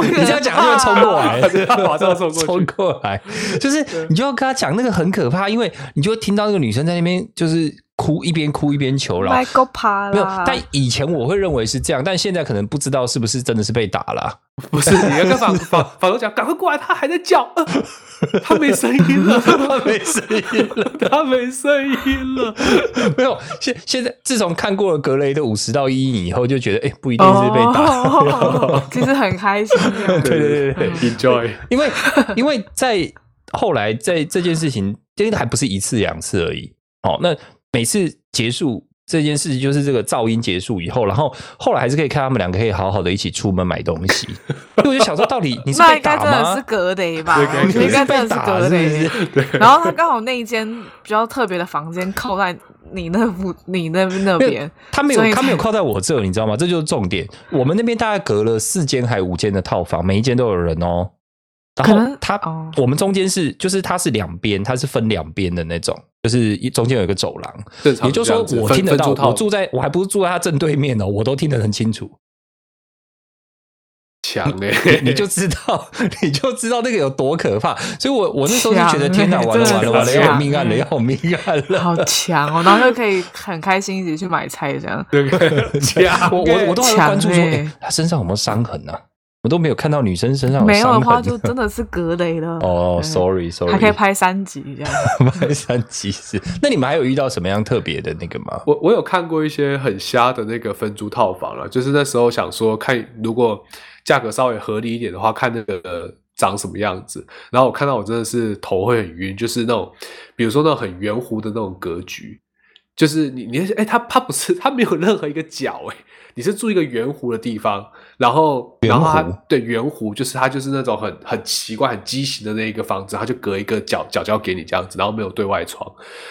Speaker 1: (laughs) 你这样讲，他就会冲过来，
Speaker 2: 马上冲过去
Speaker 1: 冲过来，就是你就要跟他讲那个很可怕，因为你就会听到那个女生在那边就是哭，一边哭一边求饶。
Speaker 3: Michael 趴
Speaker 1: 没有
Speaker 3: 啦，，
Speaker 1: 但以前我会认为是这样，但现在可能不知道是不是真的是被打了 (laughs) 啊。
Speaker 2: 不是你要跟房房房东讲，赶快过来，他还在叫，呃他没声音了，他没声音了，他没声音了，
Speaker 1: 没有，现现在自从看过了格雷的五十到一影以后，就觉得哎、诶不一定是被打。
Speaker 3: 哦 (laughs) 其实很开心这
Speaker 1: (laughs)
Speaker 3: 样。
Speaker 1: 对对对对，
Speaker 2: ，enjoy，
Speaker 1: 因为因为在后来在这件事情，这个还不是一次两次而已。哦，那每次结束这件事情，就是这个噪音结束以后，然后后来还是可以看他们两个可以好好的一起出门买东西。所以我就想说，到底你是
Speaker 3: 那
Speaker 1: 被
Speaker 3: 应该
Speaker 1: 打
Speaker 3: 真的
Speaker 1: 吗
Speaker 3: 是？格雷吧？
Speaker 2: 对
Speaker 3: 我觉得
Speaker 1: 你
Speaker 3: 应该
Speaker 1: 是
Speaker 3: 真
Speaker 1: 被
Speaker 3: 的是
Speaker 1: 打
Speaker 3: 格
Speaker 1: 是不
Speaker 3: 雷
Speaker 1: 是。？
Speaker 3: 然后他刚好那一间比较特别的房间靠在你那部你那那
Speaker 1: 没有
Speaker 3: 边，，
Speaker 1: 他没
Speaker 3: 所以
Speaker 1: 有，他没有
Speaker 3: 才
Speaker 1: 靠在我这，你知道吗？这就是重点。我们那边大概隔了四间还五间的套房，每一间都有人哦。然
Speaker 3: 可能
Speaker 1: 后他，
Speaker 3: 哦
Speaker 1: 我们中间是，就是它是两边，它是分两边的那种，就是一中间有一个走廊。
Speaker 2: 正常
Speaker 1: 也就是说
Speaker 2: 这样，子
Speaker 1: 我
Speaker 2: 分
Speaker 1: 听得到，
Speaker 2: 分出套
Speaker 1: 我住在我还不是住在他正对面哦，我都听得很清楚。
Speaker 2: 强
Speaker 1: 你
Speaker 2: 哎，
Speaker 1: 你就知道，你就知道那个有多可怕。所以我我那时候就觉得，
Speaker 3: 强
Speaker 1: 天哪，
Speaker 3: 欸
Speaker 1: 完了完了完了，
Speaker 2: 真的
Speaker 1: 要
Speaker 2: 是
Speaker 1: 有命案了，
Speaker 3: 强
Speaker 1: 要有命案了。
Speaker 3: 嗯好强哦！然后就可以很开心一起去买菜这样。
Speaker 2: 对对强，
Speaker 1: 我我我都还会关注说，
Speaker 3: 强欸
Speaker 1: 哎，他身上有没有伤痕啊？我都没有看到女生身上
Speaker 3: 没有
Speaker 1: 伤
Speaker 3: 的话，
Speaker 1: 痕。
Speaker 3: 就真的是格雷了。
Speaker 1: 哦
Speaker 3: 对
Speaker 1: ，sorry sorry，
Speaker 3: 还可以拍三集这样。
Speaker 1: (laughs) 拍三集是。那你们还有遇到什么样特别的那个吗？
Speaker 2: 我我有看过一些很瞎的那个分租套房了，就是那时候想说看，如果价格稍微合理一点的话，看那个长什么样子。然后我看到我真的是头会很晕，就是那种，比如说那种很圆弧的那种格局，就是你你哎、它它不是它没有任何一个角哎、你是住一个圆弧的地方，然后
Speaker 1: 圆
Speaker 2: 然后它
Speaker 1: 弧
Speaker 2: 对圆弧就是它就是那种很很奇怪很畸形的那一个房子，它就隔一个角角角给你这样子，然后没有对外窗。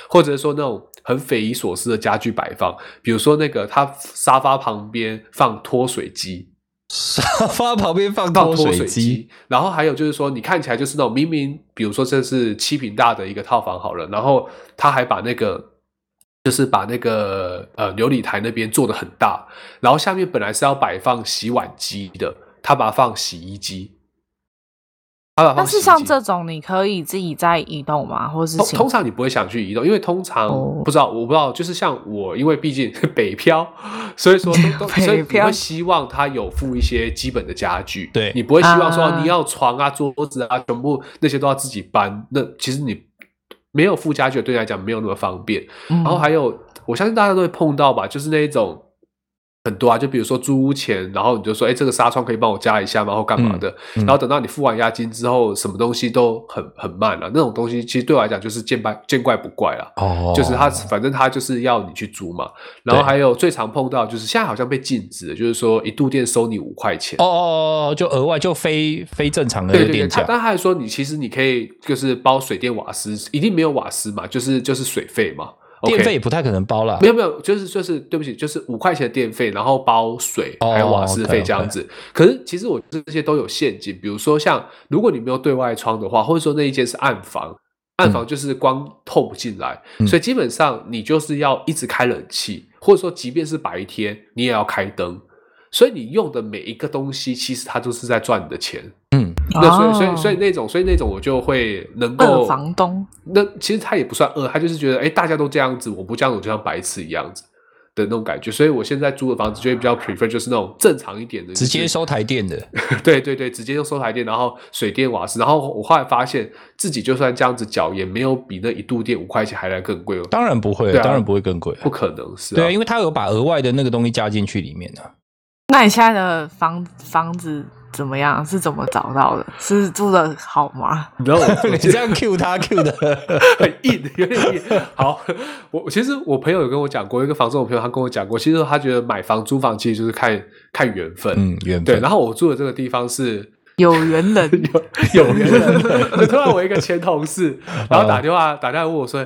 Speaker 2: 或者说那种很匪夷所思的家具摆放，比如说那个他沙发旁边放脱水机，
Speaker 1: 沙发旁边放
Speaker 2: 放
Speaker 1: 脱
Speaker 2: 脱
Speaker 1: 水
Speaker 2: 水
Speaker 1: 机，
Speaker 2: 机，然后还有就是说你看起来就是那种明明，比如说这是七平大的一个套房好了，然后他还把那个。就是把那个呃琉璃台那边做的很大，然后下面本来是要摆放洗碗机的，他把它放洗衣机，他把它放
Speaker 3: (laughs) 但
Speaker 2: 洗衣
Speaker 3: 是
Speaker 2: 机
Speaker 3: 像这种，你可以自己在移动吗？或是
Speaker 2: 通
Speaker 3: 请
Speaker 2: 通常你不会想去移动，因为通常、
Speaker 3: 哦
Speaker 2: 不知道，我不知道，就是像我，因为毕竟 (laughs) 北漂，所以说
Speaker 3: (laughs)
Speaker 2: 都都
Speaker 3: 北
Speaker 2: 所以你
Speaker 3: 漂
Speaker 2: 会希望他有附一些基本的家具，
Speaker 1: 对
Speaker 2: 你不会希望说
Speaker 3: 啊
Speaker 2: 你要床啊、桌子啊，全部那些都要自己搬。那其实你没有附家具，对你来讲没有那么方便。
Speaker 3: 嗯
Speaker 2: 然后还有，我相信大家都会碰到吧，就是那一种很多啊，就比如说租屋前，然后你就说，哎，这个纱窗可以帮我加一下吗？或干嘛的？
Speaker 1: 嗯嗯
Speaker 2: 然后等到你付完押金之后，什么东西都很很慢了、啊那种东西其实对我来讲就是见怪见怪不怪了。
Speaker 1: 哦
Speaker 2: 就是他，反正他就是要你去租嘛。然后还有最常碰到，就是现在好像被禁止了，就是说一度电收你五块钱。
Speaker 1: 哦哦哦，就额外就非非正常的
Speaker 2: 对对对，
Speaker 1: 电
Speaker 2: 他
Speaker 1: 价，
Speaker 2: 但他还说你其实你可以就是包水电瓦斯，一定没有瓦斯嘛，就是就是水费嘛。OK
Speaker 1: 电费也不太可能包了
Speaker 2: 没。有没有，就是就是，对不起，就是五块钱的电费，然后包水
Speaker 1: 哦
Speaker 2: 还有瓦斯
Speaker 1: OK，OK
Speaker 2: 费这样子。可是其实我觉得这些都有陷阱，比如说像如果你没有对外窗的话，或者说那一间是暗房，暗房就是光透不进来，
Speaker 1: 嗯
Speaker 2: 所以基本上你就是要一直开冷气，或者说即便是白天你也要开灯。所以你用的每一个东西，其实它都是在赚你的钱。
Speaker 1: 嗯，
Speaker 2: 那所以，所以，
Speaker 3: 哦
Speaker 2: 所以那种，所以那种，我就会能
Speaker 3: 二
Speaker 2: 够
Speaker 3: 房东，
Speaker 2: 那其实他也不算恶，他就是觉得，哎、大家都这样子，我不这样子，我就像白痴一样子的那种感觉。所以我现在租的房子就会比较 prefer 就是那种正常一点的，
Speaker 1: 直接
Speaker 2: 就是
Speaker 1: 收台电的，
Speaker 2: 对对对，直接用收台电，然后水电瓦斯。然后我后来发现自己就算这样子缴，也没有比那一度电五块钱还来更贵哦，
Speaker 1: 当然不会，
Speaker 2: 对啊
Speaker 1: 当然不会更贵啊。
Speaker 2: 不可能是、啊。
Speaker 1: 对啊，因为他有把额外的那个东西加进去里面啊。
Speaker 3: 那你现在的房房子怎么样？是怎么找到的？是住的好吗？
Speaker 2: 你知道我
Speaker 1: 你这样 Q 他 Q 的，
Speaker 2: 很硬，有点硬。好，我我其实我朋友有跟我讲过，一个房仲的朋友他跟我讲过，其实他觉得买房租房其实就是看看缘分。
Speaker 1: (laughs) 嗯，缘
Speaker 2: 对，
Speaker 1: 分。
Speaker 2: 然后我住的这个地方是
Speaker 3: 有缘人
Speaker 2: 有 (laughs) 有缘人，就突然我一个前同事，然后打电话打电话问我说：“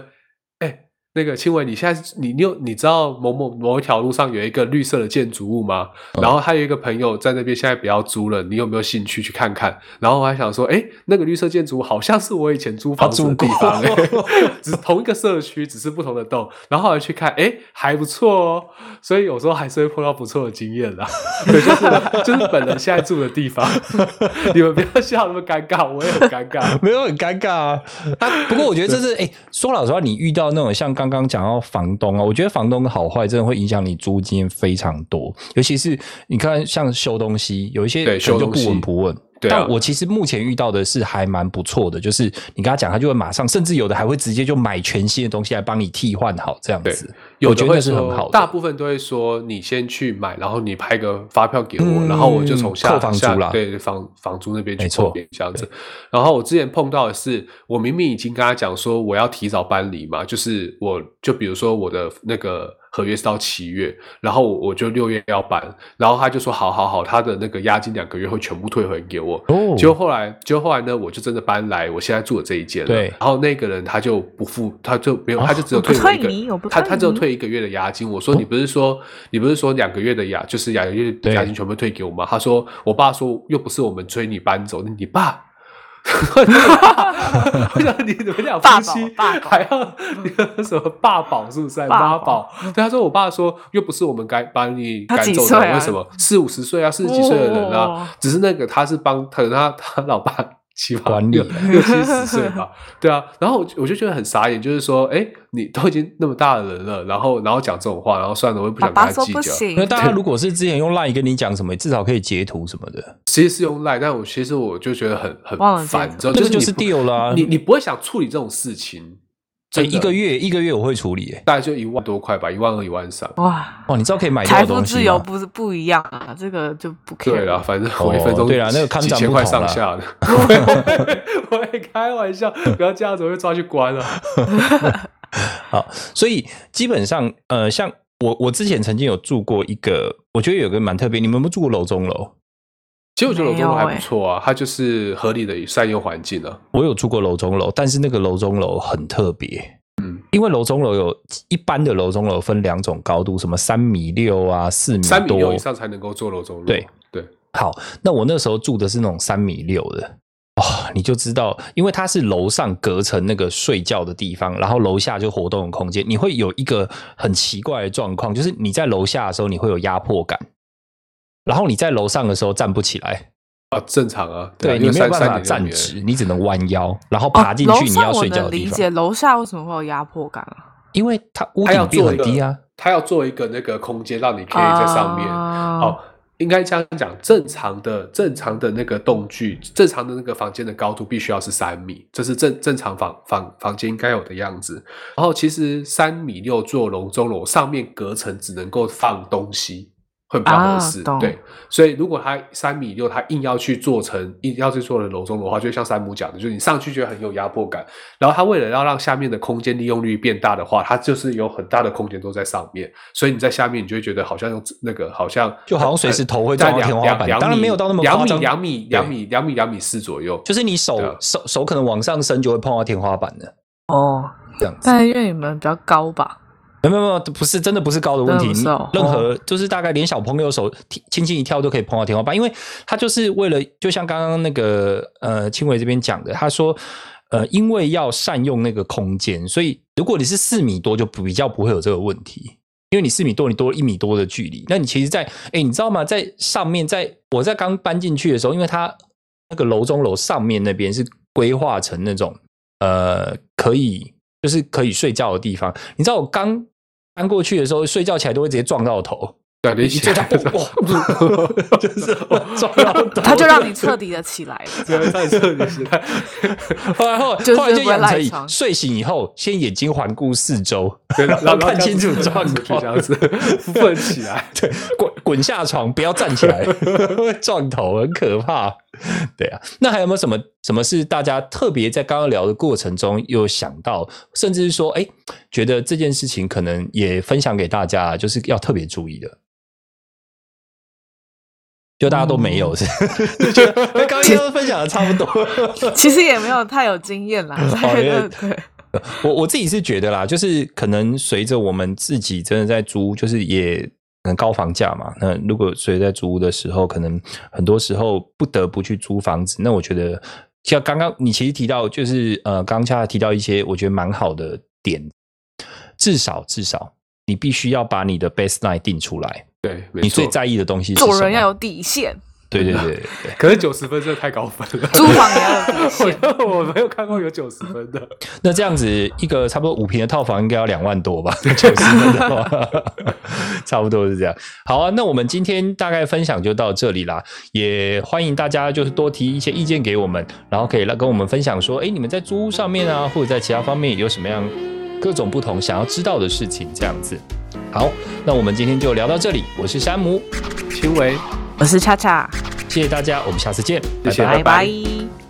Speaker 2: 哎、那个青伟，你现在你你有你知道某某某一条路上有一个绿色的建筑物吗？然后他有一个朋友在那边现在不要租了，你有没有兴趣去看看？然后我还想说，哎，那个绿色建筑物好像是我以前租房子的地方、
Speaker 1: 他
Speaker 2: 欸， (laughs) 只是同一个社区，只是不同的栋。然后后来去看，哎，还不错哦。所以有时候还是会碰到不错的经验啦。 (laughs) 对，就是就是本人现在住的地方。 (laughs) 你们不要笑那么尴尬，我也很尴尬。 (laughs)
Speaker 1: 没有很尴尬啊。啊，不过我觉得这是哎、说老实话，你遇到那种像刚刚讲到房东啊，我觉得房东好坏真的会影响你租金非常多，尤其是你看像修东西，有一些
Speaker 2: 对
Speaker 1: 可能
Speaker 2: 修
Speaker 1: 就
Speaker 2: 东西
Speaker 1: 不闻不问。
Speaker 2: 对啊
Speaker 1: 但我其实目前遇到的是还蛮不错的，就是你跟他讲，他就会马上，甚至有的还会直接就买全新的东西来帮你替换好这样子。
Speaker 2: 有
Speaker 1: 我
Speaker 2: 的
Speaker 1: 觉
Speaker 2: 会
Speaker 1: 得是很
Speaker 2: 说，
Speaker 1: 好的。
Speaker 2: 大部分都会说你先去买，然后你拍个发票给我，
Speaker 1: 嗯
Speaker 2: 然后我就从下
Speaker 1: 扣房租
Speaker 2: 下
Speaker 1: 啦
Speaker 2: 对房房租那边去
Speaker 1: 没错
Speaker 2: 扣别人这样子。然后我之前碰到的是，我明明已经跟他讲说我要提早搬离嘛，就是我就比如说我的那个合约是到七月，然后我我就六月要搬，然后他就说好好好，他的那个押金两个月会全部退还给我，
Speaker 1: 哦
Speaker 2: 结果后来，结果后来呢，我就真的搬来我现在住的这一间了。
Speaker 1: 对哦
Speaker 2: 然后那个人他就不付，他就没有，他就只有退
Speaker 3: 我
Speaker 2: 我
Speaker 3: 哦不
Speaker 2: 一个，
Speaker 3: 退你我不退
Speaker 2: 他他只有
Speaker 3: 你
Speaker 2: 退一个月的押金。我说你不是说你不是说两个月的押，就是两个月的
Speaker 1: 对
Speaker 2: 押金全部退给我吗？他说我爸说又不是我们催你搬走，你
Speaker 3: (laughs)
Speaker 2: (laughs) 爸。我想你怎么讲夫
Speaker 3: 爸宝
Speaker 2: 妻
Speaker 3: 爸宝
Speaker 2: 还要你有什么爸宝是不是？
Speaker 3: 爸
Speaker 2: 妈
Speaker 3: 宝
Speaker 2: 宝？对，他说我爸说又不是我们该把你
Speaker 3: 他
Speaker 2: 赶
Speaker 3: 几
Speaker 2: 走
Speaker 3: 岁
Speaker 2: 的，
Speaker 3: 啊
Speaker 2: 为什么四五十岁啊，四十几岁的人啊？
Speaker 3: 哦
Speaker 2: 只是那个他是帮他他他老爸七八
Speaker 1: 管理
Speaker 2: 六六七十岁吧，对啊，然后我就我就觉得很傻眼，就是说，哎，你都已经那么大的人了，然后然后讲这种话，然后算了，我也不
Speaker 3: 爸
Speaker 2: 想跟
Speaker 3: 爸
Speaker 2: 他
Speaker 3: 说
Speaker 2: 计
Speaker 3: 不
Speaker 2: 较。
Speaker 3: 行
Speaker 1: 那，大家如果是之前用 LINE 跟你讲什么，至少可以截图什么的，
Speaker 2: 其实是用赖，但我其实我就觉得很
Speaker 3: 忘了
Speaker 2: 很
Speaker 3: 这个
Speaker 2: 烦，你知道，
Speaker 1: 这
Speaker 2: 就
Speaker 1: 个
Speaker 2: 是
Speaker 1: 就
Speaker 2: 你
Speaker 1: 是
Speaker 2: 不
Speaker 1: deal 啦、
Speaker 2: 你你不会想处理这种事情，
Speaker 1: 这
Speaker 2: 真的
Speaker 1: 一个月一个月我会处理、欸。
Speaker 2: 大概就一万多块吧，一万二一万三。
Speaker 3: 哇，
Speaker 1: 哦，你知道可以买多
Speaker 3: 财
Speaker 1: 少
Speaker 3: 富
Speaker 1: 东西
Speaker 3: 自由
Speaker 1: 吗？
Speaker 3: 不是不一样啊，这个就不 care。
Speaker 2: 对啦，啊反正我一分钟
Speaker 1: 哦对啦那个康
Speaker 2: 几
Speaker 1: 长
Speaker 2: 千
Speaker 1: 不
Speaker 2: 块
Speaker 1: 同
Speaker 2: 上
Speaker 1: 啦
Speaker 2: 下的， (laughs) 我也 (laughs) 我也开玩笑，不要这样子，我会抓去关了。
Speaker 1: 所以基本上，呃，像我我之前曾经有住过一个，我觉得有个蛮特别。你们有没有住过楼中楼？
Speaker 2: 其实我觉得楼
Speaker 3: 没
Speaker 2: 中楼
Speaker 3: 有
Speaker 2: 还
Speaker 3: 欸
Speaker 2: 不错啊，它就是合理的善用环境啊。
Speaker 1: 我有住过楼中楼，但是那个楼中楼很特别，
Speaker 2: 嗯，
Speaker 1: 因为楼中楼有一般的楼中楼分两种高度，什么三米六啊、四米
Speaker 2: 三米六
Speaker 1: 多
Speaker 2: 以。上才能够做楼中楼。
Speaker 1: 对
Speaker 2: 对，
Speaker 1: 好，那我那时候住的是那种三米六的。哦，你就知道，因为它是楼上隔成那个睡觉的地方，然后楼下就活动的空间，你会有一个很奇怪的状况，就是你在楼下的时候你会有压迫感，然后你在楼上的时候站不起来，
Speaker 2: 啊，正常啊。啊
Speaker 1: 对
Speaker 2: 因
Speaker 1: 你
Speaker 2: 为
Speaker 1: 没有
Speaker 2: 三
Speaker 1: 办
Speaker 2: 三
Speaker 1: 法
Speaker 2: 点六
Speaker 1: 站
Speaker 2: 米而已
Speaker 1: 直，你只能弯腰，然后
Speaker 3: 哦
Speaker 1: 爬进
Speaker 3: 楼
Speaker 1: 去你
Speaker 3: 上
Speaker 1: 要
Speaker 3: 我
Speaker 1: 睡觉
Speaker 3: 能
Speaker 1: 的地
Speaker 3: 理
Speaker 1: 方，
Speaker 3: 解楼下为什么会有压迫感啊？
Speaker 1: 因为它屋
Speaker 2: 它要
Speaker 1: 顶比
Speaker 2: 做
Speaker 1: 很
Speaker 2: 一个
Speaker 1: 低啊，，
Speaker 2: 它要做一个那个空间，让你可以在上面。哦
Speaker 3: 哦，，
Speaker 2: 应该这样讲，正常的正常的那个栋距，正常的那个房间的高度必须要是三米，这是正正常房房房间应该有的样子。然后其实三米六做楼中楼，上面隔层只能够放东西。会比较合适，
Speaker 3: 啊懂
Speaker 2: 对，所以如果他三米六，他硬要去做成硬要去做的楼中楼的话，就像山姆讲的，就是你上去觉得很有压迫感。然后他为了要让下面的空间利用率变大的话，他就是有很大的空间都在上面，所以你在下面，你就会觉得好像用那个好像
Speaker 1: 就好像随时头会
Speaker 2: 在
Speaker 1: 撞到
Speaker 2: 两
Speaker 1: 天花板
Speaker 2: 两两米
Speaker 1: 当然没有到那么
Speaker 2: 两
Speaker 1: 夸
Speaker 2: 米
Speaker 1: 张
Speaker 2: 两米两米两米两米四左右，
Speaker 1: 就是你手
Speaker 2: 对啊
Speaker 1: 手手可能往上伸就会碰到天花板的
Speaker 3: 哦，
Speaker 1: 这样子。
Speaker 3: 但是因为你们比较高吧，
Speaker 1: 没有没有没有，不是真的不是高的问题，
Speaker 3: 真的不是哦
Speaker 1: 任何就是大概连小朋友手提轻轻一跳都可以碰到天花板，因为他就是为了就像刚刚那个呃青伟这边讲的，他说呃因为要善用那个空间，所以如果你是四米多就比较不会有这个问题。因为你四米多，你多了一米多的距离，那你其实在，哎，你知道吗？在上面，在我在刚搬进去的时候，因为它那个楼中楼上面那边是规划成那种呃可以就是可以睡觉的地方。你知道我刚搬过去的时候，睡觉起来都会直接撞到头，
Speaker 2: 对，你
Speaker 1: 一
Speaker 2: 起
Speaker 1: 睡到
Speaker 2: 来
Speaker 1: 哇，哇
Speaker 2: (laughs)
Speaker 1: 就是会撞到头。
Speaker 3: (laughs) 他就让你彻底的起来 (laughs) 了。
Speaker 2: 对，在这里起来，
Speaker 1: 后来后来
Speaker 3: (laughs) 就是
Speaker 1: 后来就
Speaker 3: 不会
Speaker 1: 养
Speaker 3: 赖
Speaker 1: 成以
Speaker 3: 床
Speaker 1: 睡醒以后，先眼睛环顾四周，
Speaker 2: 对，然
Speaker 1: (laughs)
Speaker 2: 后
Speaker 1: 看清楚状
Speaker 2: 出去这样
Speaker 1: 况，
Speaker 2: 子，不能起来。
Speaker 1: 对， (laughs) 滚滚下床，不要站起来，会撞头，很可怕。对啊，那还有没有什么什么是大家特别在刚刚聊的过程中有想到，甚至是说，哎，觉得这件事情可能也分享给大家，就是要特别注意的。就大家都没有，是 (laughs) 就觉得刚刚应该都分享的差不多。
Speaker 3: (laughs) 其实也没有太有经验啦，
Speaker 1: 哦因为
Speaker 3: 对对
Speaker 1: 我我自己是觉得啦，就是可能随着我们自己真的在租，就是也可能高房价嘛。那如果随着在租屋的时候，可能很多时候不得不去租房子。那我觉得像刚刚你其实提到，就是呃，刚恰提到一些我觉得蛮好的点，至少至少你必须要把你的 baseline 定出来，
Speaker 2: 对，没
Speaker 1: 你
Speaker 2: 错
Speaker 1: 最。在意的东西是
Speaker 3: 做
Speaker 1: 什么
Speaker 3: 人要有啊底线，
Speaker 1: 对对 (laughs) 对对对。
Speaker 2: 可是九十分真的太高分了，
Speaker 3: 租房也要有底
Speaker 2: 我
Speaker 3: 线
Speaker 2: 觉。得我没有看过有九十分的。
Speaker 1: 那这样子，一个差不多五平的套房应该要两万多吧？九十分的话， (laughs) 差不多是这样。好啊，那我们今天大概分享就到这里啦，也欢迎大家就是多提一些意见给我们，然后可以来跟我们分享说，哎、你们在租屋上面啊，或者在其他方面有什么样各种不同想要知道的事情，这样子。好，那我们今天就聊到这里，我是山姆，
Speaker 2: 轻微，
Speaker 3: (laughs) 我是恰恰，
Speaker 1: 谢谢大家，我们下次见，
Speaker 2: 谢谢
Speaker 1: 拜拜
Speaker 2: 拜
Speaker 3: 拜拜